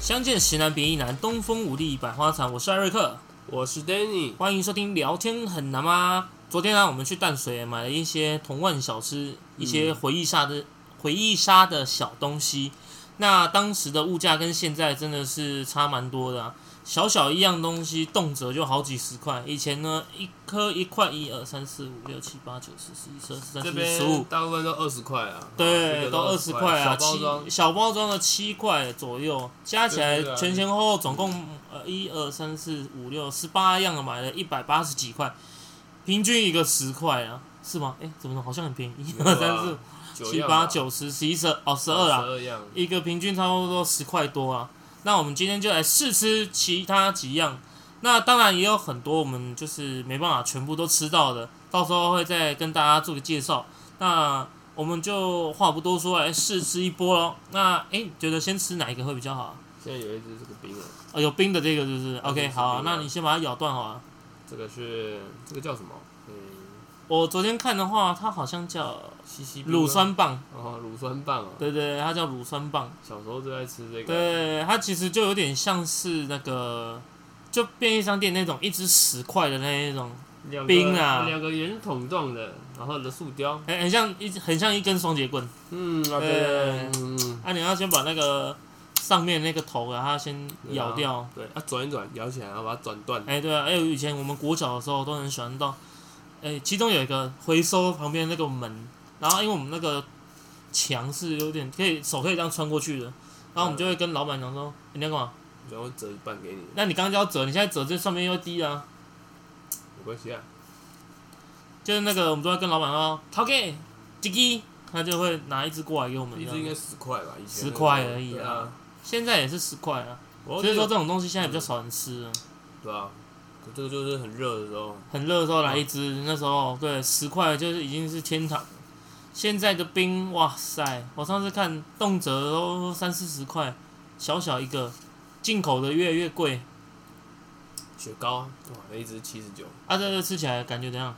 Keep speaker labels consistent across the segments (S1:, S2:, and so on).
S1: 相见时难别亦难，东风无力百花残。我是艾瑞克，
S2: 我是 Danny，
S1: 欢迎收听聊天很难吗？昨天啊，我们去淡水买了一些同万小吃，一些回忆杀的、回忆杀的小东西。那当时的物价跟现在真的是差蛮多的、啊，小小一样东西动辄就好几十块。以前呢，一颗一块，一二三四五六七八九十十一十二十
S2: 这
S1: 三十四十五
S2: 边，大部分都二十块啊，这
S1: 对，
S2: 个
S1: 都二十块啊，
S2: 小包装
S1: 七小包装的七块左右，加起来
S2: 对对啊对
S1: 前前后后总共呃一二三四五六十八样的买了一百八十几块，平均一个十块啊，是吗？哎，怎么好像很便宜？一
S2: 没有
S1: 二
S2: 啊
S1: 三四
S2: 九
S1: 七
S2: 样
S1: 八
S2: 吧
S1: 九十十一十二哦十
S2: 十
S1: 二啦，
S2: 二样，
S1: 一个平均差不多十块多啊。那我们今天就来试吃其他几样，那当然也有很多我们就是没办法全部都吃到的，到时候会再跟大家做个介绍。那我们就话不多说，来试吃一波喽。那诶，你觉得先吃哪一个会比较好啊？
S2: 现在有一只这个冰啊，
S1: 哦，有冰的这个是不是
S2: 这
S1: ？OK，
S2: 是
S1: 好啊，
S2: 冰的
S1: 那你先把它咬断好了。
S2: 这个是这个叫什么？嗯，
S1: 我昨天看的话，它好像叫
S2: 西西冰吗
S1: 乳，酸棒，
S2: 哦，乳酸棒啊，
S1: 对对，对它叫乳酸棒。
S2: 小时候最爱吃这个，
S1: 对，它其实就有点像是那个，就便利商店那种一只十块的那一种，
S2: 两个
S1: 冰啊
S2: 两个圆筒状的，然后的塑胶，
S1: 很很像一很像一根双节棍。
S2: 嗯，啊
S1: 对
S2: 对对，嗯，
S1: 啊，你要先把那个上面那个头给它先咬掉。
S2: 对，啊转一转，摇起来，然后把它转断，
S1: 哎、对啊，哎、以前我们国小的时候都很喜欢到，哎、其中有一个回收旁边那个门，然后因为我们那个墙是有点可以手可以这样穿过去的，然后我们就会跟老板娘说、哎你要干嘛？
S2: 然后折一半给你，
S1: 那你刚刚就要折，你现在折这上面又低了啊、
S2: 没关系啊，
S1: 就是那个我们都要跟老板说掏给吉吉，他就会拿一只过来给我们
S2: 一
S1: 这
S2: 只应
S1: 样。
S2: 该十块吧，以前
S1: 10块而已啊
S2: 对啊，
S1: 现在也是十块啊，
S2: 我
S1: 所以说这种东西现在比较少人吃了。
S2: 对啊，可这个就是很热的时候，
S1: 很热的时候来一只，那时候对十块就是已经是天堂。现在的冰，哇塞！我上次看动辄都三四十块，小小一个，进口的越来越贵。
S2: 雪糕哇，那一只七十九，
S1: 啊，这个吃起来感觉怎样？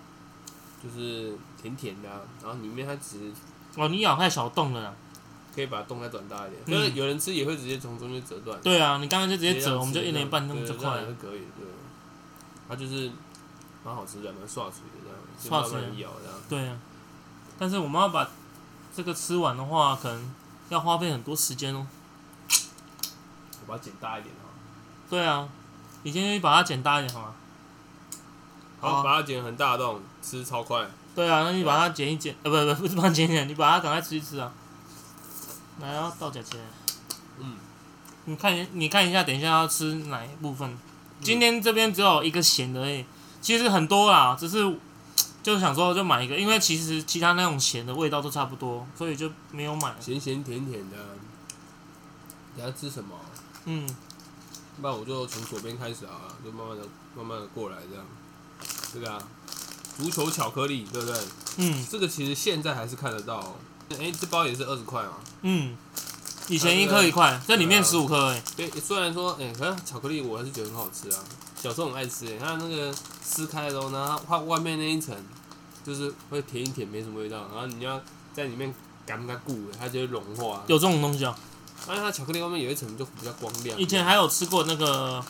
S2: 就是甜甜的、啊，然后里面它只是
S1: 哦，你咬太小洞了啦。
S2: 可以把洞再转大一点，
S1: 嗯
S2: 就是有人吃也会直接从中间折断，
S1: 对啊，你刚刚就直接
S2: 这样
S1: 折，
S2: 吃
S1: 我们就一连半那么就
S2: 对
S1: 快
S2: 这样
S1: 了
S2: 也。是可以，对，它就是蛮好吃的，蛮刷嘴的这样，就
S1: 刷
S2: 慢
S1: 嘴
S2: 慢咬这样，
S1: 对啊，但是我们要把这个吃完的话，可能要花费很多时间哦。
S2: 我把它剪大一点啊，
S1: 对啊，你先去把它剪大一点好吗？好
S2: 好，把它剪很大的洞，吃超快，
S1: 对啊，那你把它剪一剪，呃，不不不是把它剪一剪，你把它赶快吃一吃啊。来啊，倒脚切。
S2: 嗯，
S1: 你看一，你看一下，等一下要吃哪一部分？今天这边只有一个咸的而已，其实很多啦，只是就是想说就买一个，因为其实其他那种咸的味道都差不多，所以就没有买。
S2: 咸咸甜甜的，你要吃什么？
S1: 嗯，
S2: 那我就从左边开始啊，就慢慢的、慢慢的过来这样。这个啊，足球巧克力，对不对？
S1: 嗯
S2: 这个其实现在还是看得到、哦。哎、这包也是二十块嘛。
S1: 嗯，以前一颗一块，这里面
S2: 对啊
S1: 十五颗哎。
S2: 对，虽然说，哎、可是巧克力我还是觉得很好吃啊。小时候很爱吃、哎，它那个撕开的时候呢，它外面那一层就是会甜一甜，没什么味道。然后你要在里面擀它固，它就会融化。
S1: 有这种东西啊！
S2: 而且它巧克力外面有一层就比较光亮。
S1: 以前还有吃过那个，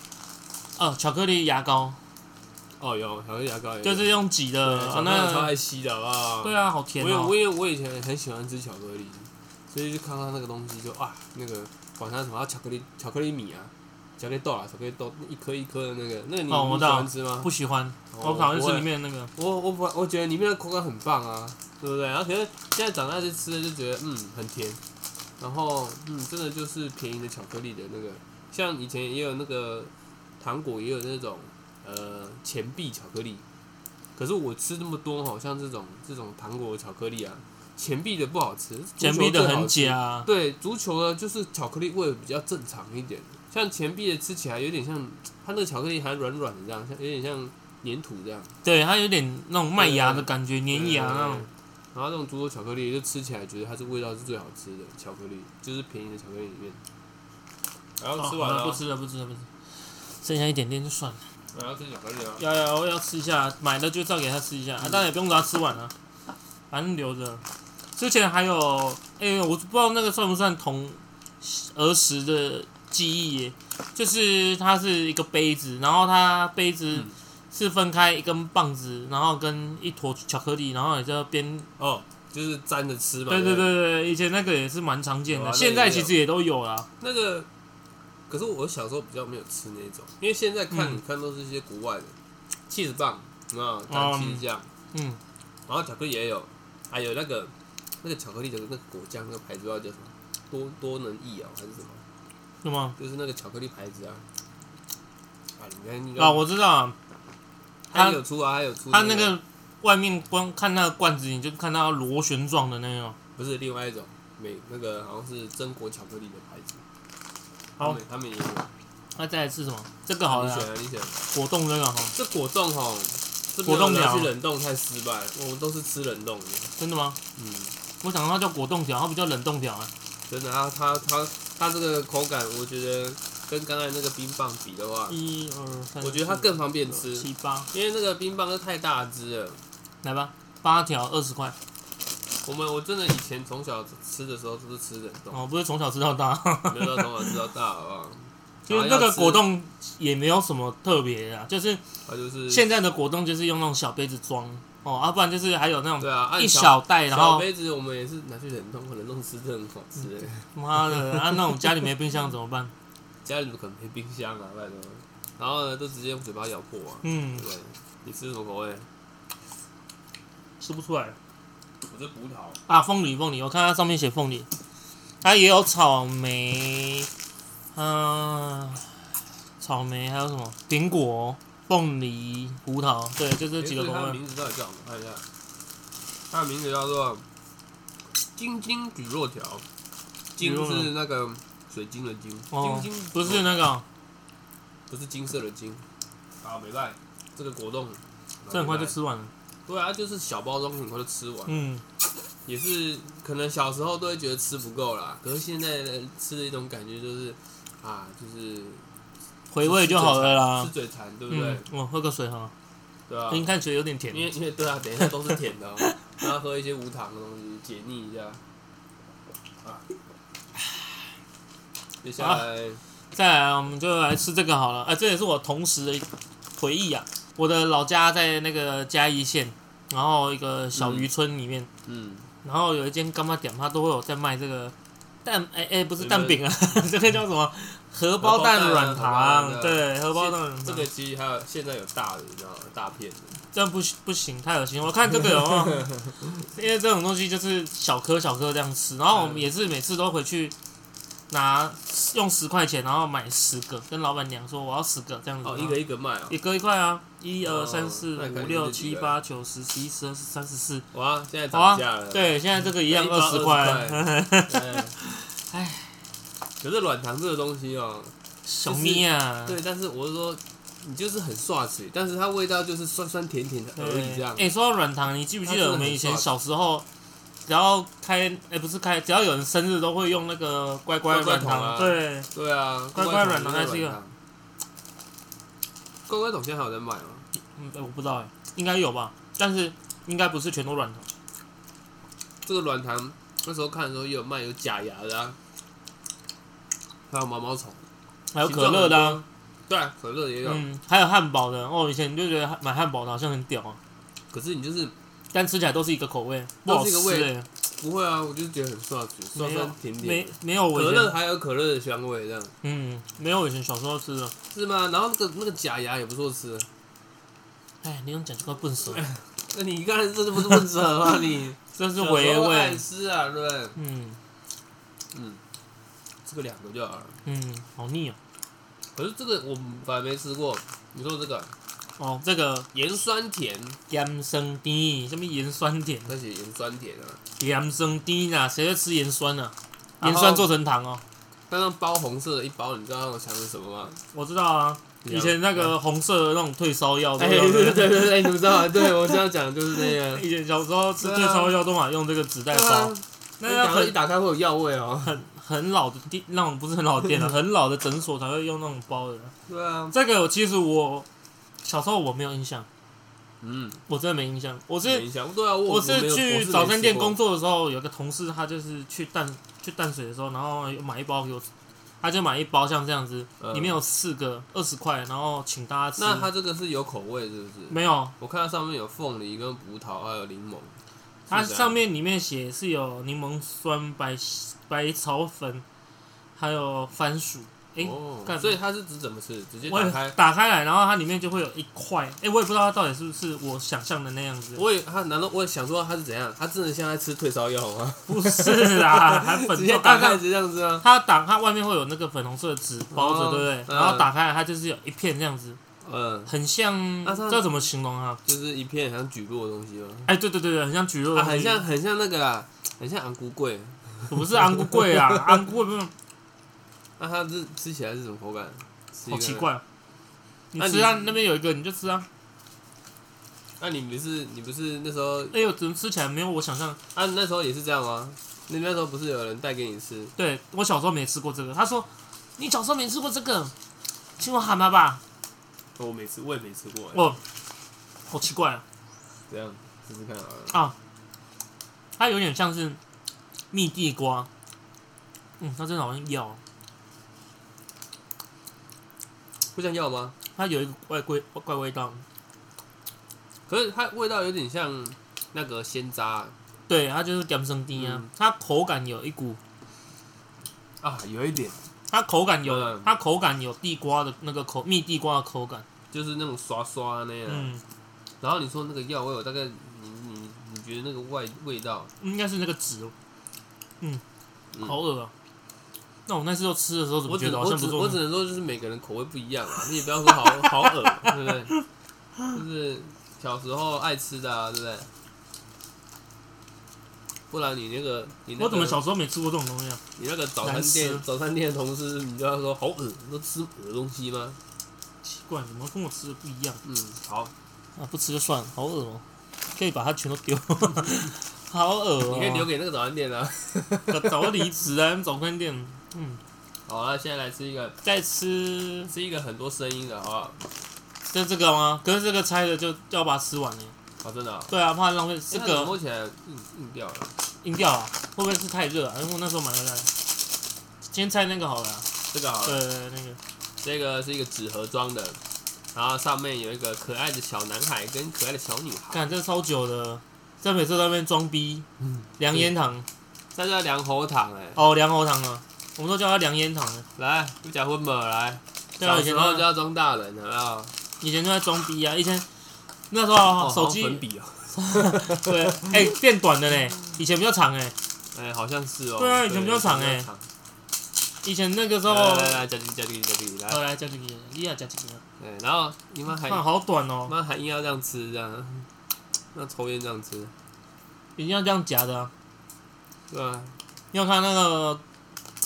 S1: 呃，巧克力牙膏，
S2: 哦有巧克力牙膏也有，
S1: 就是用挤的，
S2: 对小
S1: 啊
S2: 朋友超
S1: 那
S2: 爱吸的好不好？
S1: 对啊，好甜
S2: 我有，
S1: 哦
S2: 我。也，我以前很喜欢吃巧克力，所以就看到那个东西就啊，那个管它什么它巧克力巧克力米啊，巧克力豆啊，巧克力豆一颗一颗的那个，那个你、
S1: 哦我知
S2: 你喜
S1: 道
S2: 欢吃吗？
S1: 不喜欢，
S2: 哦
S1: 我讨厌
S2: 不
S1: 吃
S2: 会
S1: 里面那个。
S2: 我我不我觉得里面的口感很棒啊，对不对？然后可是现在长大就吃了就觉得嗯很甜，然后嗯真的就是便宜的巧克力的那个，像以前也有那个糖果也有那种呃钱币巧克力，可是我吃那么多好像这种这种糖果巧克力啊，钱币的不好吃，
S1: 简碧的很
S2: 假。
S1: 假，
S2: 对，足球呢就是巧克力味比较正常一点，像钱币的吃起来有点像它那个巧克力还软软的这样，像有点像粘土这样。
S1: 对，它有点那种麦芽的感觉，粘
S2: 粘
S1: 牙那种。。
S2: 啊然后这种猪肉巧克力就吃起来觉得它是味道是最好吃的巧克力，就是便宜的巧克力里面。然
S1: 哦
S2: 后吃完了，
S1: 好不吃了，不吃了，不吃了。剩下一点点就算了。
S2: 然后吃巧克力啊。
S1: 要要要吃一下，买的就照给他吃一下，啊，当然也不用给他吃完啊，反正留着。之前还有，哎、我不知道那个算不算同儿时的记忆耶，就是它是一个杯子，然后它杯子
S2: 嗯
S1: 是分开一根棒子，然后跟一坨巧克力，然后你就边
S2: 哦，就是沾着吃嘛。
S1: 对对
S2: 对不
S1: 对对，以前那个也是蛮常见
S2: 有啊
S1: 的，
S2: 那个
S1: 现在
S2: 也
S1: 其
S2: 有
S1: 实也都有啦。
S2: 那个，可是我小时候比较没有吃那种，因为现在看、
S1: 嗯
S2: 你看都是一些国外的气质棒啊，打气这样，
S1: 嗯，
S2: 然后巧克力也有，还有那个那个巧克力的那个果酱那个牌子不知道叫什么，多多能益哦还是什么，
S1: 什么
S2: 就是那个巧克力牌子啊。啊，你看那个
S1: 啊？我知道啊，
S2: 它有出啊，它有出、
S1: 它那个外面光看那个罐子，你就看到螺旋状的那种。
S2: 不是另外一种美那个好像是榛果巧克力的牌子，他
S1: 好
S2: 们，他们也有。
S1: 那再来是什么？这个好
S2: 你
S1: 了啦
S2: 选，啊，你选啊。
S1: 果冻这个哈，
S2: 这果冻吼，这
S1: 果冻
S2: 没有拿
S1: 条
S2: 去冷冻太失败了，我们都是吃冷冻的。
S1: 真的吗？
S2: 嗯，
S1: 我想它叫果冻条，它不叫冷冻条啊。
S2: 真的，它它它它这个口感，我觉得跟刚才那个冰棒比的话，
S1: 一二三，
S2: 我觉得它
S1: 四
S2: 更方便
S1: 五
S2: 吃，
S1: 七八，
S2: 因为那个冰棒是太大只了。
S1: 来吧，八条二十块。
S2: 我们我真的以前从小吃的时候都是吃冷冻，
S1: 哦，不是从小吃到大，
S2: 没有到从小吃到大，好不好？
S1: 因为
S2: 然
S1: 那
S2: 后要
S1: 个
S2: 吃
S1: 果，冻也没有什么特别的啊，就是
S2: 它就是
S1: 现在的果冻就是用那种小杯子装哦，啊，不然就是还有那种
S2: 对啊，按
S1: 一小袋，然
S2: 小
S1: 后嗯
S2: 杯子我们也是拿去冷冻，冷冻吃真的很好吃。
S1: 妈的，啊，那种家里没冰箱怎么办？
S2: 家里怎么可能没冰箱啊，拜托。然后呢，都直接用嘴巴咬破啊，
S1: 嗯
S2: 对，不对？你吃什么口味？
S1: 吃不出来
S2: 我是葡萄，
S1: 啊。凤梨，凤梨，我看它上面写凤梨，它也有草莓，嗯、草莓还有什么苹果、凤梨、葡萄，对，就这
S2: 哎这
S1: 几个口
S2: 它的
S1: 味。
S2: 名字到底叫什么？看一下，它的名字叫做“金金举若条”，金
S1: 若条
S2: 是那个水晶的金，
S1: 哦
S2: 金金
S1: 不是那个，
S2: 不是金色的金。好，没办这个果冻，
S1: 这很快就。吃完了。
S2: 对啊，就是小包装很快就吃完，
S1: 嗯，
S2: 也是可能小时候都会觉得吃不够啦，可是现在的吃的一种感觉就是啊，就是
S1: 回味就好了啦
S2: 吃。嘴馋，对不对
S1: 嗯？，我喝个水哈，
S2: 对啊，
S1: 因为看水有点甜
S2: 因。为因为对啊，等一下都是甜的、哦， 然后喝一些无糖的东西解腻一下。啊，接下
S1: 啊
S2: 来，
S1: 再来，我们就来吃这个好了。哎、这也是我同时的回忆啊。我的老家在那个嘉义县，然后一个小渔村里面，
S2: 嗯，
S1: 然后有一间干妈店，它都会有在卖这个蛋，哎、哎、不是蛋饼啊，这个叫什么？荷包蛋软
S2: 荷包蛋啊
S1: 糖，对，荷包蛋软糖。
S2: 这个其实还有现在有大的，你知道吗？大片的，
S1: 这样不行不行，太恶心。我看这个有没有，因为这种东西就是小颗小颗这样吃，然后我们
S2: 嗯
S1: 也是每次都回去拿用十块钱，然后买十个，跟老板娘说我要十个这样子。
S2: 哦，一个一个卖哦。
S1: 一个一块啊，一
S2: 哦
S1: 二三四
S2: 那可能
S1: 五
S2: 就
S1: 六
S2: 是几
S1: 七
S2: 个
S1: 八九十十一十二十三十四，
S2: 哇，现在
S1: 好啊
S2: 涨价了。，
S1: 对，现在这个一样
S2: 一包
S1: 二十块，
S2: 嗯
S1: 唉，
S2: 可是软糖这个东西哦，
S1: 小咪啊，
S2: 对，但是我是说，你就是很刷嘴，但是它味道就是酸酸甜甜的而已，这样。
S1: 哎，说到软糖，你记不记
S2: 它真
S1: 得
S2: 的
S1: 我们
S2: 很
S1: 以前
S2: 爽
S1: 小时候，只要开哎不是开，只要有人生日都会用那个乖乖
S2: 乖乖
S1: 软
S2: 桶
S1: 糖，
S2: 啊
S1: 对，
S2: 对啊，
S1: 乖乖软糖还是一个
S2: 乖乖桶现在还有在卖吗？
S1: 嗯我不知道哎，应该有吧，但是应该不是全都软糖，
S2: 这个软糖那时候看的时候也有卖有假牙的、啊，还有毛毛虫，
S1: 还有可乐的啊，
S2: 形状很多，对啊，可乐也有。
S1: 嗯，还有汉堡的哦，以前就觉得买汉堡的好像很屌啊，
S2: 可是你就是
S1: 但吃起来都是一个口味，不
S2: 都
S1: 好
S2: 是一个
S1: 吃
S2: 味
S1: 哎，
S2: 不会啊，我就是觉得很酸嘴，酸
S1: 没有
S2: 酸甜甜
S1: 没
S2: 的。
S1: 没有我以
S2: 可
S1: 前
S2: 乐还有可乐的香味，这样
S1: 嗯，没有我以前小时候吃的。
S2: 是吗？然后那个那个假牙也不错吃。啊
S1: 哎，你用讲就快笨死 了，
S2: 那你刚才这是不是不扯吗？你
S1: 这是
S2: 小时候
S1: 回
S2: 爱
S1: 味。
S2: 吃啊，对不对？
S1: 嗯
S2: 嗯，这个两个就好了。
S1: 嗯，好腻哦。
S2: 可是这个我反而没吃过。你说这个
S1: 哦，这个
S2: 盐酸甜，
S1: 盐酸甜，什么盐酸甜？
S2: 那写盐酸甜啊，
S1: 盐酸甜啊，谁在吃盐酸啊？
S2: 然
S1: 盐
S2: 后
S1: 酸做成糖哦，
S2: 刚刚包红色的一包，你知道我想的是什么吗？
S1: 我知道啊。以前那个红色的那种退烧药，
S2: 哎，
S1: 对
S2: 对
S1: 不
S2: 对
S1: 对？
S2: 对对，哎，你们知道吗？对我这样讲就是那样。
S1: 以前小时候吃退烧药都嘛用这个纸袋包，那
S2: 那
S1: 要
S2: 打一
S1: 很
S2: 打开会有药味哦。
S1: 很很老的店，那种不是很老的 店了，啊很老的诊所才会用那种包的。
S2: 对啊，
S1: 这个其实我小时候我没有印象，
S2: 嗯，
S1: 我真的没印象，我是
S2: 等一下，对啊，我
S1: 我是去早餐店工
S2: 作，
S1: 作的时候，有个同事他就是去淡去淡水的时候，然后有买一包给我吃，他就买一包像这样子，
S2: 嗯
S1: 里面有四个二十块，然后请大家吃。
S2: 那它这个是有口味是不是？
S1: 没有，
S2: 我看它上面有凤梨、跟葡萄还有柠檬，
S1: 它
S2: 是的
S1: 上面里面写是有柠檬酸、白白草粉，还有番薯。诶、
S2: 哦
S1: 干，
S2: 所以它是指怎么吃？直接
S1: 我
S2: 打
S1: 也
S2: 开？
S1: 打开来，然后它里面就会有一块。诶、我也不知道它到底是不是我想象的那样子。
S2: 我也他难道我也想说他是怎样？他真的像在吃退烧药吗？
S1: 不是啦，还粉 状
S2: 直接打
S1: 它
S2: 开是这样子啊？
S1: 它打它外面会有那个粉红色的纸包着，
S2: 哦
S1: 对不对？
S2: 嗯
S1: 然后打开来，它就是有一片这样子，
S2: 嗯，
S1: 很像，
S2: 啊
S1: 不
S2: 它
S1: 知道怎么形容啊？
S2: 就是一片很像蒟蒻的东西吗？
S1: 哎、对对对对，很像橘肉、
S2: 嗯啊，很像，很像那个啦，很像昂菇桂。
S1: 不是昂咕贵 啊，昂咕贵不是
S2: 那它啊是吃起来是什么口感？吃一
S1: 好
S2: 个
S1: 奇。怪、哦。你
S2: 那
S1: 吃
S2: 你
S1: 啊，那边有一个你就吃啊。
S2: 那你不是你不是那时候
S1: 哎呦，怎么吃起来没有我想象？
S2: 啊？那时候也是这样吗？你那时候不是有人带给你吃？
S1: 对我小时候没吃过这个。他说你小时候没吃过这个，请我喊爸爸。
S2: 哦我没吃，我也没吃过欸
S1: 哦，好奇怪啊！
S2: 这样试试看好了。
S1: 啊，它有点像是蜜地瓜。嗯，它真的好像药，
S2: 不像药吗？
S1: 它有一个怪怪怪味道。
S2: 可是它味道有点像那个鲜渣
S1: 对，它就是点生丁
S2: 嗯
S1: 啊，它口感有一股，
S2: 啊，有一点，
S1: 它口感有，
S2: 嗯
S1: 它口感有地瓜的那个口蜜地瓜的口感。
S2: 就是那种刷刷那样。
S1: 嗯，
S2: 然后你说那个药味，我大概你你你觉得那个味味道，
S1: 应该是那个籽。哦嗯，
S2: 嗯
S1: 好恶啊！那我那次候吃的时候，怎么
S2: 我
S1: 觉
S2: 只
S1: 得好
S2: 我
S1: 像不
S2: 只
S1: 是
S2: 我只能说就是每个人口味不一样啊，你也不要说好好恶，对不对？ 就是小时候爱吃的啊，对不对？不然你那个你那个
S1: 我怎么小时候没吃过这种东西啊？
S2: 你那个早餐
S1: 难吃
S2: 店早餐店的同事，你就要说好恶，都吃恶的东西吗？
S1: 奇怪，怎么跟我吃的不一样
S2: 嗯，好，
S1: 啊？不吃就算了，好恶哦、可以把它全都 丢，好恶哦、
S2: 你可以留给那个早餐店啊。
S1: 早早就离职啊，早餐店。嗯，
S2: 好了，那现在来吃一个
S1: 再吃
S2: 吃一个很多声音的，好不好？
S1: 就这个吗？可是这个拆了就就要把它吃完了。
S2: 好，真的啊、
S1: 对啊，怕浪费。这
S2: 欸它怎么
S1: 个
S2: 摸起来硬硬掉了。
S1: 硬掉啊，会不会是太热啊？因为我那时候买回来，先拆那个好了啊、
S2: 这个好了
S1: 对，对对，那个
S2: 这个是一个纸盒装的，然后上面有一个可爱的小男孩跟可爱的小女孩，
S1: 看这超久的，这每次在那边装逼
S2: 嗯，
S1: 凉烟糖
S2: 那叫凉喉糖哎、
S1: 哦，凉喉糖啊，我们都叫它凉烟糖啊。
S2: 来不假婚本来，
S1: 对啊，
S2: 小
S1: 以前
S2: 时
S1: 都
S2: 候就要装大人，有没有？
S1: 以前都在装逼啊，以前那时候啊、
S2: 哦
S1: 手
S2: 好像粉
S1: 机
S2: 笔哦，
S1: 对，哎、变短的嘞，以前比较长哎，
S2: 哎、好像是哦，
S1: 对啊以前比较长哎
S2: 以前
S1: 以前那个时
S2: 比较
S1: 候，
S2: 长来来来，加进加进加进来，
S1: 呃来讲几个，你也讲几个，
S2: 哎，然后你们还
S1: 看好短哦，
S2: 妈还硬要这样吃这样，那抽烟这样吃，
S1: 一定要这样夹的、啊。
S2: 对啊，
S1: 你有看那个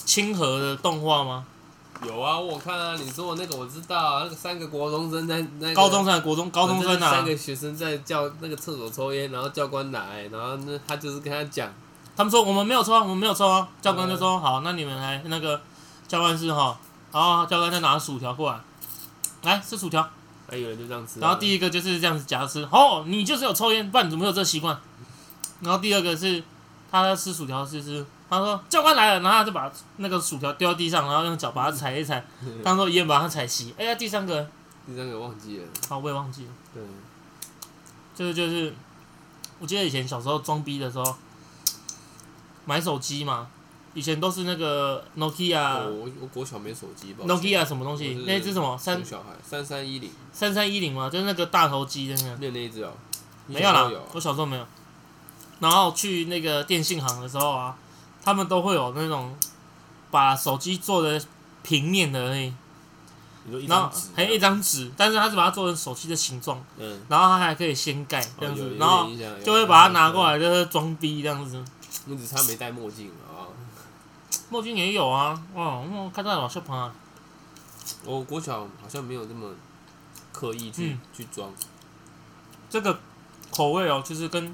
S1: 清河的动画吗？
S2: 有啊，我看啊，你说我那个我知道啊，那个三个国中生在那个
S1: 高中生、国中、高中生
S2: 我
S1: 啊
S2: 真的三，个学生在教那个厕所抽烟，然后教官来，然后那他就是跟他讲，
S1: 他们说我们没有抽啊，我们没有抽啊。教官就说好，那你们来那个教官室哈，然后教官再拿薯条过来，来吃薯条。
S2: 哎，有人就这样吃啊。
S1: 然后第一个就是这样子夹着吃，哦，你就是有抽烟，不然你怎么会有这个习惯？然后第二个是他在吃薯条吃吃，他说教官来了，然后他就把那个薯条丢到地上，然后用脚把它踩一踩，当做烟把它踩熄。哎呀，第三个，
S2: 第三个忘记了，
S1: 好，我也忘记了，
S2: 对，
S1: 这个就是我记得以前小时候装逼的时候，买手机嘛，以前都是那个 Nokia、
S2: 我我国小没手机吧
S1: 啊 Nokia 什么东西
S2: 哦我，是
S1: 那只什么三
S2: 国小孩三三一零，
S1: 三三一零嘛，就是那个大头机的那个。
S2: 没有那一只哦，你
S1: 没有
S2: 小
S1: 啦
S2: 时候有啊，
S1: 我小时候没有。然后去那个电信行的时候啊，他们都会有那种把手机做的平面的而已，
S2: 你说一
S1: 然后
S2: 张纸，啊
S1: 还有一，张纸，但是他是把它做成手机的形状，
S2: 嗯，
S1: 然后他还可以掀盖这样
S2: 哦
S1: 子
S2: 有，
S1: 然后
S2: 有点印象
S1: 就会把它拿过，来就是装逼这样子。
S2: 有点印象我只差没戴墨镜啊。
S1: 墨镜也有啊，哇，我看到老笑旁啊，
S2: 我国小好像没有这么刻意去
S1: 嗯
S2: 去装，
S1: 这个口味哦，就是跟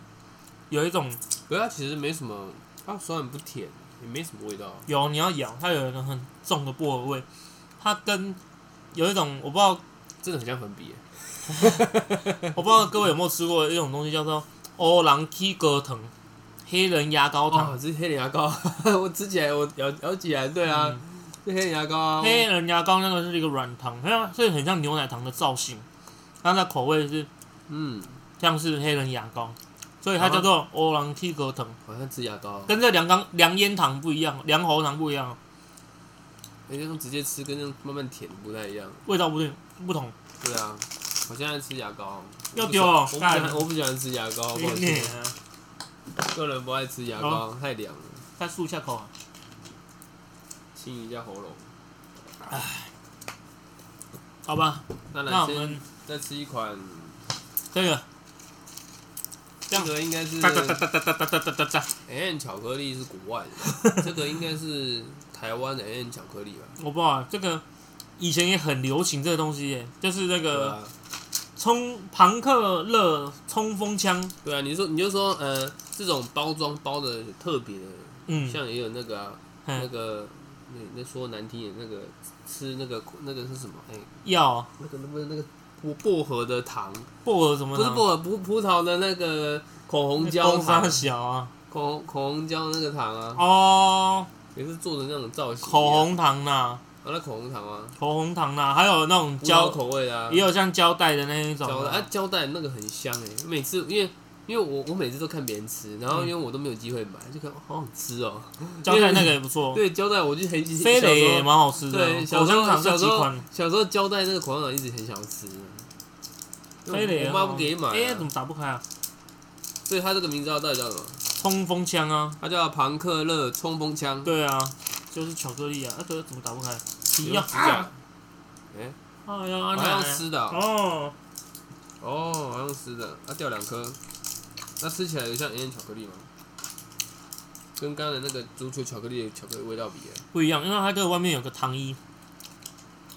S1: 有一种
S2: 可是它其实没什么，它虽然不甜，也没什么味道啊。
S1: 有你要咬，它有一种很重的薄荷味，它跟有一种我不知道
S2: 真的很像粉笔耶，
S1: 我不知道各位有没有吃过一种东西叫做哦欧郎 K 哥藤，黑人牙膏糖。
S2: 哦 哦，这是黑脸牙膏，我吃起来我咬咬起来，对啊，
S1: 嗯
S2: 是黑人牙膏啊，
S1: 黑人牙膏那个是一个软哎糖，它是很像牛奶糖的造型，它的口味是
S2: 嗯，
S1: 像是黑人牙膏，所以它叫做哦欧朗蒂格糖，
S2: 好像吃牙膏，
S1: 跟这凉缸凉烟糖不一样，凉喉糖不一样，
S2: 那种直接吃跟那种慢慢舔不太一样。
S1: 味道不对不同。
S2: 对啊，我现在吃牙膏，
S1: 要丢哦
S2: 我不喜
S1: 干
S2: 欢，我不喜欢吃牙膏，不好
S1: 你你
S2: 吃，个人不爱吃牙膏，
S1: 哦
S2: 太凉了，
S1: 再漱一下口啊，
S2: 清一下喉咙。
S1: 好吧？
S2: 那
S1: 那
S2: 来
S1: 我们
S2: 先再吃一款，
S1: 这个这
S2: 这
S1: 样
S2: 个应该是
S1: 哒哒哒哒哒哒哒哒哒哒，
S2: N N 巧克力是国 外的，这个应该是台湾的 N N 巧克力吧？
S1: 我不知道啊这个以前也很流行这个东西耶，就是那
S2: 对
S1: 个
S2: 啊，
S1: 冲庞克勒冲锋枪，
S2: 对啊，你说你就说呃，这种包装包的特别的，
S1: 嗯，
S2: 像也有那个啊，
S1: 嗯
S2: 那个那那说难听点，那个吃那个那个是什么？哎，
S1: 药
S2: 那个那不是那个薄薄荷的糖，
S1: 薄荷什么
S2: 不是
S1: 的，
S2: 薄荷，葡葡萄的那个口红胶
S1: 工
S2: 糖
S1: 商，小啊，
S2: 口口红胶那个糖啊，
S1: 哦，
S2: 也是做成那种造型一样，
S1: 口红糖呐、
S2: 啊，那口红糖啊，
S1: 口红糖呐、还有那种
S2: 葡萄
S1: 胶，哎
S2: 口味的啊
S1: 也，有像胶带的那一种
S2: 胶带
S1: 啊、
S2: 啊，胶带那个很香哎、每次因为。因为我我每次都看别人吃，然后
S1: 嗯
S2: 因为我都没有机会买，就看哦好想吃哦。
S1: 胶带那个也不错，
S2: 对，胶带我就很
S1: 飞雷
S2: 小时候
S1: 也蛮好吃的
S2: 对，
S1: 哦，
S2: 小
S1: 口
S2: 时候
S1: 香糖这
S2: 小时
S1: 几
S2: 候
S1: 款，
S2: 小时候胶带那个口香糖一直很想吃，
S1: 飞雷
S2: 我
S1: 也
S2: 妈
S1: 蛮
S2: 不
S1: 好
S2: 给买、
S1: 哎、
S2: 啊
S1: 怎，么打不开啊？
S2: 所以它这个名字啊到底叫什么？
S1: 冲锋枪啊，
S2: 它叫庞克勒冲锋枪，
S1: 对啊，就是巧克力啊，那、个怎么打不开？皮
S2: 你
S1: 呀、
S2: 要指甲
S1: 啊，，
S2: 哎，
S1: 哎呀，
S2: 好
S1: 安
S2: 像
S1: 奶
S2: 吃的哦，
S1: 哦，
S2: 哦好像吃的，它掉两颗，那吃起来有像岩盐巧克力吗？跟刚才那个足球巧克力的巧克力味道比，哎
S1: 不一样，因为它这个外面有个糖衣，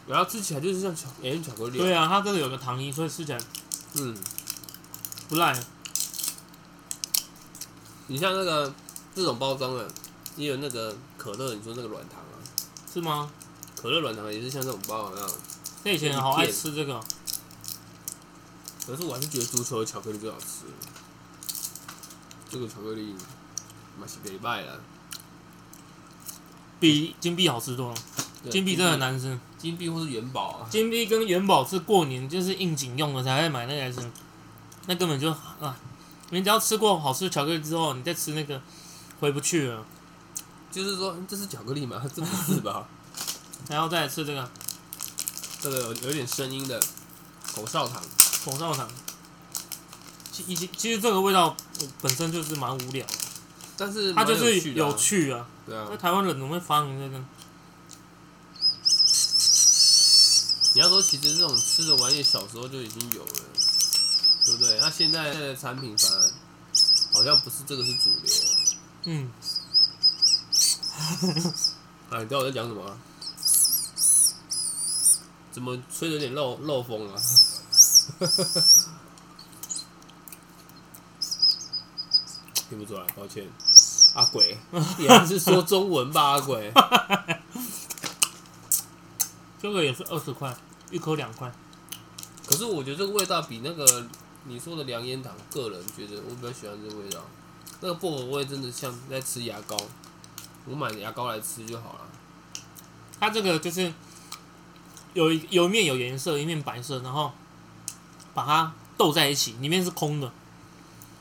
S2: 然后啊吃起来就是像巧岩盐巧克力，
S1: 对，啊，它这个有个糖衣，所以吃起来
S2: 嗯，
S1: 不赖。
S2: 你像那个这种包装的，也有那个可乐，你说那个软糖啊，
S1: 是吗？
S2: 可乐软糖也是像这种包啊那样，
S1: 这以前好爱吃这个，
S2: 可是我还是觉得足球的巧克力最好吃。这个巧克力嘛是北拜啦，
S1: 比金币好吃多了。
S2: 对
S1: 金币真的很，难吃，
S2: 金币或是元宝啊，
S1: 金币跟元宝是过年就是应景用的才会买那个来吃，那根本就啊，你只要吃过好吃的巧克力之后，你再吃那个回不去了，
S2: 就是说嗯这是巧克力 吗？这不是吧？
S1: 然后再来吃这个
S2: 这个有有点声音的口哨糖，
S1: 口哨糖。其以及其实这个味道我本身就是蛮无聊的，
S2: 但是
S1: 它就
S2: 蛮
S1: 是
S2: 有
S1: 有
S2: 的啊，
S1: 趣啊。
S2: 对
S1: 那
S2: 啊。
S1: 台湾人怎么会发明这个？
S2: 你要说其实这种吃的玩意小时候就已经有了，对不对？那现在的产品反而好像不是这个是主流
S1: 嗯，
S2: 啊！你知道我在讲什么啊？怎么吹的有点漏漏风啊？ 听不出来，抱歉。阿鬼，你还是说中文吧，阿鬼。
S1: 这个也是二十块，一颗两块。
S2: 可是我觉得这个味道比那个你说的凉烟糖，个人觉得我比较喜欢这个味道。那个薄荷味真的像在吃牙膏，我买牙膏来吃就好了。
S1: 它这个就是有一有一面有颜色，一面白色，然后把它斗在一起，里面是空的，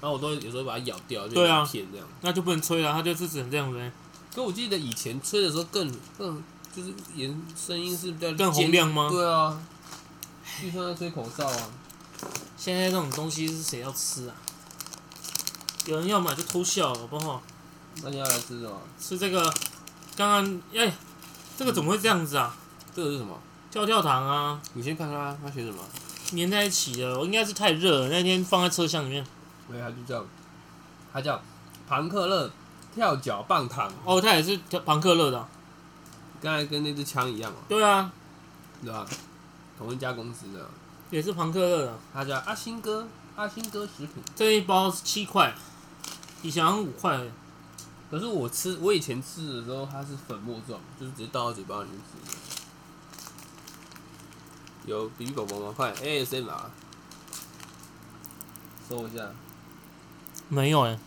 S2: 然后我都有时候把它咬掉，就
S1: 对啊
S2: 一片这样。
S1: 那就不能吹了，它就是只能这样子，
S2: 可我记得以前吹的时候更更就是颜声音是比较
S1: 更洪
S2: 尖
S1: 亮吗？
S2: 对啊，就像在吹口哨啊。
S1: 现在这种东西是谁要吃啊？有人要买就偷笑，好不好？
S2: 那你要来吃什么？
S1: 吃这个，刚刚哎、这个怎么会这样子啊？
S2: 这个是什么？
S1: 跳跳糖啊，
S2: 你先看看它它写什么。
S1: 粘在一起的，我哦应该是太热了，那天放在车厢里面。
S2: 对，它就叫它叫庞克勒跳脚棒糖，
S1: 哦，它也是跳庞克乐的啊、
S2: 刚才跟那支枪一样嘛，
S1: 对啊，
S2: 对吧？同一家公司的，
S1: 也是庞克乐的啊、
S2: 它叫阿星哥，阿星哥食品。
S1: 这一包是七块，以前好像五块而已。
S2: 可是我吃，我以前吃的时候它是粉末状，就是直接倒到嘴巴里面吃的。有比比宝宝吗？快 ASMR，搜一下
S1: 没有哎、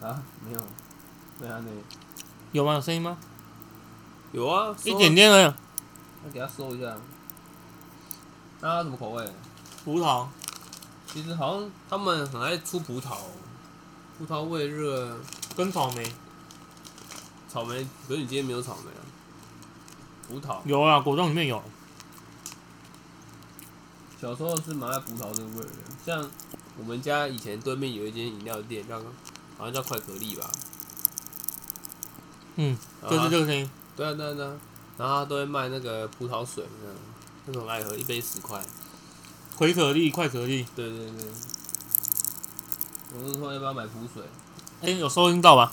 S2: 啊，没有，对啊，那
S1: 有吗？有声音吗？
S2: 有啊，
S1: 一点点而已。
S2: 那给他搜一下。那它什么口味？
S1: 葡萄，
S2: 其实好像他们很爱出葡萄，葡萄味热，
S1: 跟草莓
S2: 草莓。可是你今天没有草莓啊？葡萄，
S1: 有啊，果冻里面有。
S2: 小时候是蛮爱葡萄这个味儿的。像我们家以前对面有一间饮料店，叫好像叫快可丽吧，
S1: 嗯，
S2: 然后
S1: 就
S2: 它
S1: 是这个声音。
S2: 对啊，对啊，对啊。然后他都会卖那个葡萄水，那种那种爱喝，一杯十块。
S1: 葵可丽、快可丽，
S2: 对对对。我是说要不要买苦水？
S1: 哎、有收音到吧？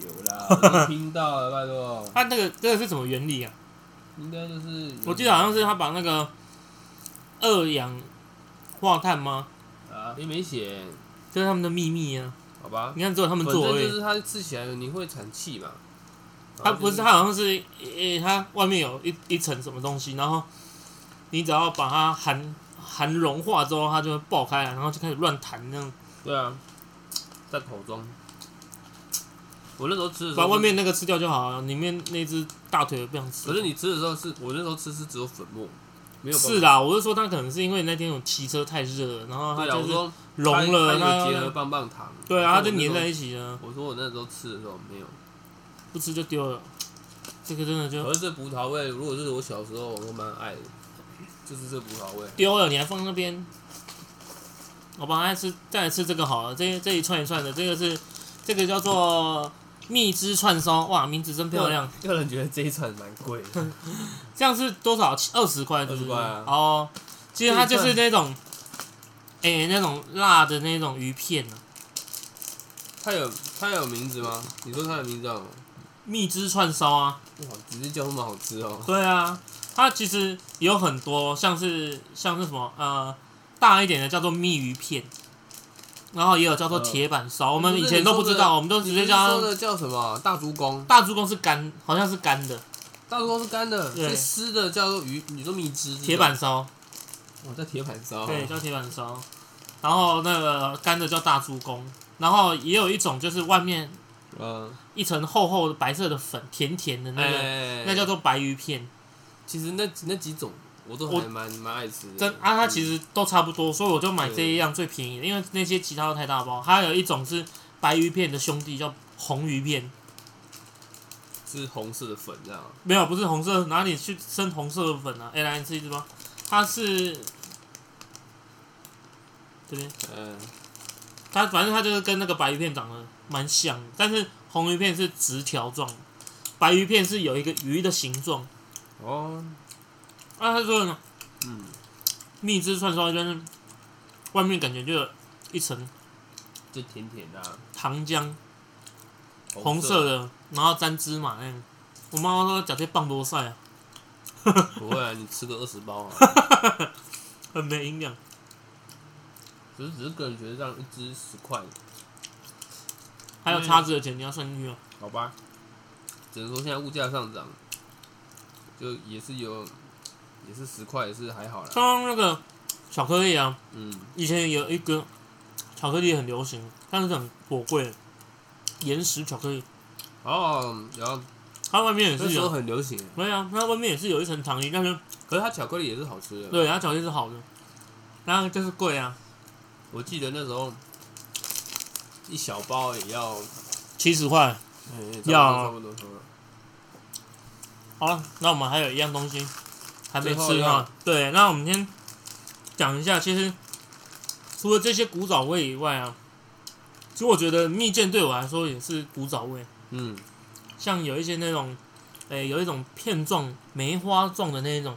S2: 有啦，我都听到了，拜托。
S1: 它那个这个是什么原理啊？
S2: 应该就是
S1: 嗯我记得好像是他把那个二氧化碳吗？
S2: 啊，也没写，
S1: 这是他们的秘密啊！
S2: 好吧。
S1: 你看，只有他们
S2: 反
S1: 做
S2: 正
S1: 而
S2: 就
S1: 已。
S2: 是它吃起来你会产气嘛。
S1: 它不是，
S2: 然
S1: 它好像是诶，它外面有一一层什么东西，然后你只要把它含含融化之后，它就会爆开来，然后就开始乱弹那样。
S2: 后就是对啊，在口中。我那时候吃的时
S1: 把
S2: 候，
S1: 外面那个吃掉就好了，里面那只大腿不想吃。
S2: 可是你吃的时候是我那时候吃是只有粉末，没有包
S1: 是啦，我是说它可能是因为那天我骑车太热了，然后它
S2: 对啊，
S1: 就
S2: 我
S1: 是
S2: 说
S1: 融了，
S2: 它它有结合
S1: 它
S2: 棒棒糖，
S1: 对啊，它就
S2: 我说
S1: 粘
S2: 我那时候
S1: 在一起了，
S2: 我说我那时候吃的时候没有，
S1: 不吃就丢了。这个真的就
S2: 可是这葡萄味，如果是我小时候，我都蛮爱的，就是这葡萄味。
S1: 丢了，你还放那边。我帮他吃，再来吃这个好了。这这一串一串的，这个是这个叫做蜜汁串烧，哇，名字真漂亮。
S2: 个人觉得这一串蛮贵的，
S1: 这样是多少？二十块是不是，
S2: 20块啊
S1: 哦，其实它就是那种，哎、那种辣的那种鱼片啊，
S2: 它有它有名字吗？你说它的名字好吗？
S1: 蜜汁串烧啊。
S2: 哇，直接叫那么好吃哦、
S1: 对啊，它其实有很多，像是像是什么呃大一点的叫做蜜鱼片，然后也有叫做铁板烧，我
S2: 我
S1: 们以前都嗯不知道，我们都直接叫
S2: 说
S1: 它
S2: 的叫什么大猪公，
S1: 大猪公是干，好像是干的
S2: 大猪公是干的，
S1: 对
S2: 是湿的，叫做鱼，你说蜜汁。
S1: 铁板，烧，
S2: 嗯我在铁板烧。啊
S1: 对，叫铁板烧。然后那个干的叫大猪公，然后也有一种就是外面
S2: 嗯，
S1: 一层厚厚的白色的粉，甜甜的那个，
S2: 哎
S1: 那叫做白鱼片。
S2: 其实那那几种我都
S1: 我
S2: 还蛮蛮爱吃的。
S1: 真啊，它其
S2: 实
S1: 实都差不多，所以我就买这一样最便宜的，因为那些其他都太大包。还有一种是白鱼片的兄弟，叫红鱼片，
S2: 是红色的粉这样。
S1: 没有，不是红色，哪里去生红色的粉啊？哎、来你吃一只吧，它是这边，
S2: 嗯，
S1: 它反正它就是跟那个白鱼片长得蛮像的，但是红鱼片是直条状，白鱼片是有一个鱼的形状。
S2: 哦，
S1: 啊，它这个
S2: 嗯，
S1: 蜜汁串烧就是外面感觉就有一层
S2: 就甜甜的、啊，
S1: 糖浆。红色的，然后沾芝麻那样。我妈妈说：“讲这棒多晒啊，
S2: 不会啊，你吃个二十包啊。
S1: 很没营养。
S2: 只是只是个人觉得这样一只十块，”
S1: 还
S2: 嗯
S1: 有叉子的钱你要算进去哦。
S2: 好吧。只能说现在物价上涨，就也是有，也是十块也是 还好啦。
S1: 刚刚那个巧克力啊，
S2: 嗯，
S1: 以前有一个巧克力很流行，但是很火贵，岩石巧克力，
S2: 哦，然后
S1: 它外面也
S2: 那
S1: 是
S2: 时候
S1: 有，
S2: 很流行，
S1: 对啊，它外面也是有一层糖衣，但是
S2: 可是它巧克力也是好吃的。
S1: 对，它巧克力是好的，然后就是贵啊，
S2: 我记得那时候一小包也要，
S1: 七十块。
S2: 哎
S1: 要
S2: 差不多差不多差不多。
S1: 好了，那我们还有一样东西还没
S2: 最后一
S1: 吃
S2: 样
S1: 哈。对，那我们先讲一下，其实除了这些古早味以外啊，其实我觉得蜜饯对我来说也是古早味，
S2: 嗯，
S1: 像有一些那种，诶、有一种片状、梅花状的那种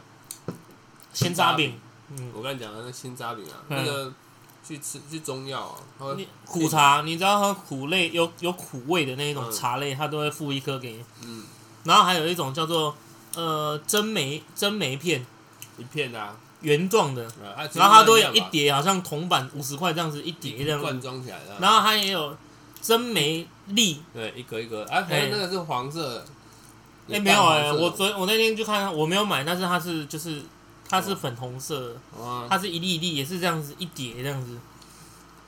S1: 鲜扎饼，嗯，
S2: 我刚才讲的那个鲜扎饼啊，
S1: 嗯
S2: 那个去吃去中药啊，它会
S1: 你呃苦茶，你只要喝苦类有有苦味的那一种
S2: 嗯
S1: 茶类，它都会附一颗给你。
S2: 嗯
S1: 然后还有一种叫做呃蒸梅蒸梅片，
S2: 一片的啊，
S1: 圆状的。
S2: 啊啊
S1: 然后它都
S2: 其实
S1: 有
S2: 不
S1: 一
S2: 样吧
S1: 叠，好像铜板五十块这样子一叠这样
S2: 罐
S1: 子。
S2: 装起来的啊。
S1: 然后它也有真梅粒，
S2: 对，一格一格，啊，可是那个是黄色的。
S1: 哎、没有哎、
S2: 哎、
S1: 我昨我那天去看，我没有买，但是它是就是它
S2: 哦
S1: 是粉红色的，
S2: 啊，
S1: 它是一粒一粒，也是这样子一叠这样子。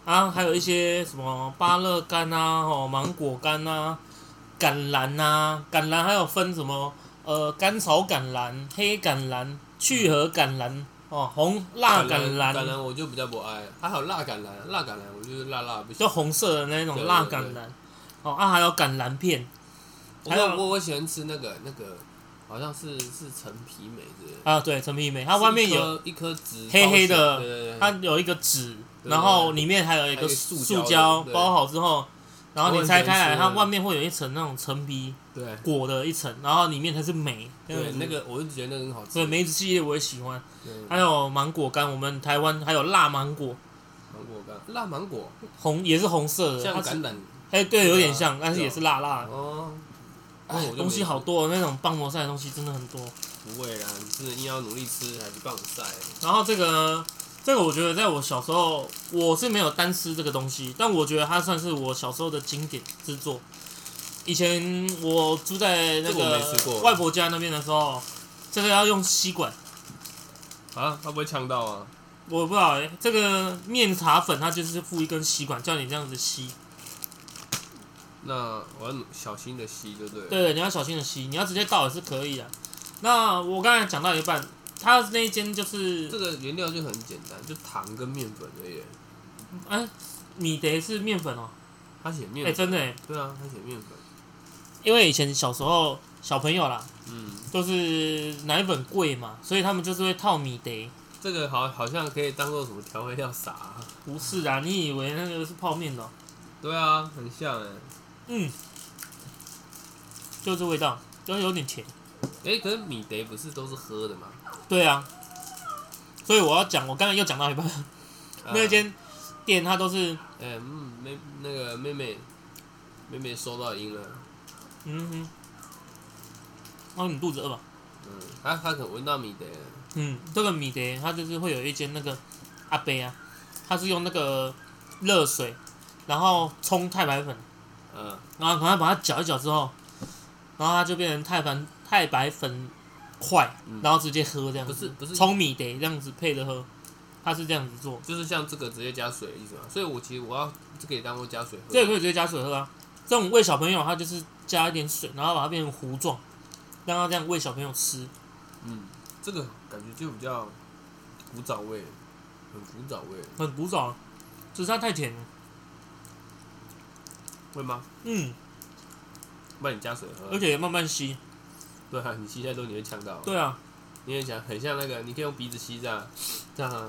S1: 然后还有一些什么芭乐干啊，哦，芒果干啊，橄榄呐、橄榄还有分什么呃甘草橄榄、黑橄榄、去核橄榄哦，红辣橄
S2: 榄，橄
S1: 榄，
S2: 榄我就比较不爱，还好辣橄榄，辣橄榄我就是辣辣不行。
S1: 就红色的那种
S2: 对
S1: 辣
S2: 对
S1: 橄
S2: 对
S1: 榄哦啊，还有橄榄片
S2: 我
S1: 还有
S2: 我我喜欢吃那个那个，好像是是陈皮梅之类的，
S1: 啊，对，陈皮梅，它外面有
S2: 是一颗一颗紫
S1: 黑黑的
S2: 包起来对对对，
S1: 它有一个纸，
S2: 对
S1: 然后里面还有一个
S2: 还有一个塑
S1: 塑
S2: 胶的
S1: 胶
S2: 对
S1: 包好之后，然后你拆开来，
S2: 我很喜欢吃
S1: 它外面会有一层那种陈皮
S2: 对
S1: 裹的一层，然后里面才是梅。
S2: 对
S1: 嗯
S2: 那个，我就觉得那个很好吃。
S1: 对梅子系列我也喜欢，
S2: 对
S1: 还有芒果干，我们台湾还有辣芒果，
S2: 芒果干，辣芒果，
S1: 红也是红色的，
S2: 像
S1: 它
S2: 橄
S1: 是
S2: 榄
S1: 哎对，有点
S2: 对啊
S1: 像，但是也是辣辣的。
S2: 哦。那
S1: 哎
S2: 我就，没
S1: 东西好
S2: 吃
S1: 多，那种棒魔赛的东西真的很多。
S2: 不会啦，你是硬要努力吃还是棒晒？
S1: 然后这个这个，我觉得在我小时候我是没有单吃这个东西，但我觉得它算是我小时候的经典之作。以前我住在那
S2: 这个我没吃
S1: 个
S2: 过
S1: 外婆家那边的时候，这个要用吸管，
S2: 啊，他不会呛到啊？
S1: 我不知道哎、这个面茶粉它就是附一根吸管，叫你这样子吸。
S2: 那我要努小心的吸，对不对？。
S1: 对，你要小心的吸，你要直接倒也是可以的。啊那我刚才讲到一半，它那一间就是
S2: 这个原料就很简单，就糖跟面粉而已。
S1: 哎、米德是面粉哦、
S2: 他写面
S1: 哎、
S2: 粉，
S1: 真的、欸，
S2: 对啊，他写面粉。
S1: 因为以前小时候小朋友啦，
S2: 嗯，
S1: 就是奶粉贵嘛，所以他们就是会套米得。
S2: 这个好好像可以当做什么调味料撒、
S1: 不是啊，你以为那个是泡面的哦、
S2: 对啊，很像哎、
S1: 嗯，就这味道，就是有点甜。
S2: 哎、可是米德不是都是喝的吗？
S1: 对啊，所以我要讲，我刚才又讲到一半，那
S2: 件，
S1: 间店它都是，
S2: 哎、嗯，妹那个妹妹，妹妹收到音了。
S1: 嗯哼，哦，你肚子饿吧？
S2: 嗯，她她可能闻到米德了。
S1: 嗯，这个米德它就是会有一间那个阿杯啊，它是用那个热水，然后冲太白粉，
S2: 嗯，
S1: 然后赶快把它搅一搅之后，然后它就变成太白太白粉块，
S2: 嗯
S1: 然后直接喝这样子，
S2: 不是不是
S1: 冲米得这样子配着喝，它是这样子做，
S2: 就是像这个直接加水的意思嘛。所以我其实我要这个也当做加水喝。
S1: 这个可以直接加水喝啊。这种喂小朋友，它就是加一点水，然后把它变成糊状，让它这样喂小朋友吃。
S2: 嗯，这个感觉就比较古早味，很古早味，
S1: 很古早，只是它太甜了。
S2: 会吗？
S1: 嗯，
S2: 不然你加水喝啊。
S1: 而且也慢慢吸。
S2: 对啊，你吸太多你会呛到。
S1: 对 啊，
S2: 你很想很像那个，你可以用鼻子吸这样，这样啊。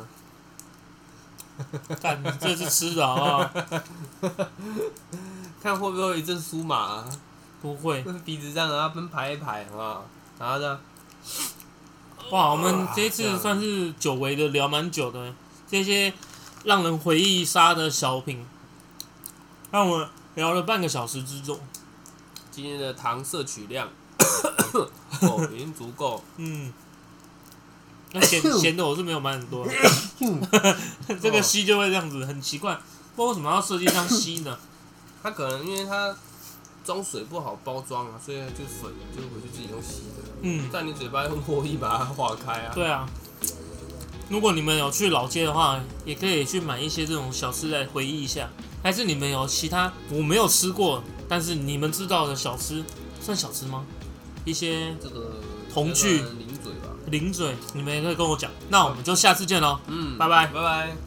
S1: 干，这是吃的好不好？
S2: 看会不会有一阵酥麻、啊，
S1: 不会。
S2: 鼻子这样啊，分排一排，好不好？然后呢，
S1: 哇，我们这一
S2: 这
S1: 次
S2: 样
S1: 算是久违的聊蛮久的，这些让人回忆杀的小品，让我们聊了半个小时之中。
S2: 今天的糖摄 取量哦已经足够，
S1: 嗯，那 咸咸的我是没有买很 多，啊这个吸就会这样子，很奇怪，不知道为什么要设计上吸呢？
S2: 它可能因为它装水不好包装啊，所以它就粉就回去自己用吸的，
S1: 嗯，
S2: 在你嘴巴用唾液把它化开啊。
S1: 对啊。如果你们有去老街的话，也可以去买一些这种小吃来回忆一下。还是你们有其他我没有吃过，但是你们知道的小吃，算小吃吗？一些
S2: 这个
S1: 童趣
S2: 这个零嘴吧，
S1: 零嘴，你们也可以跟我讲。那我们就下次见喽。
S2: 嗯，
S1: 拜拜
S2: 拜拜。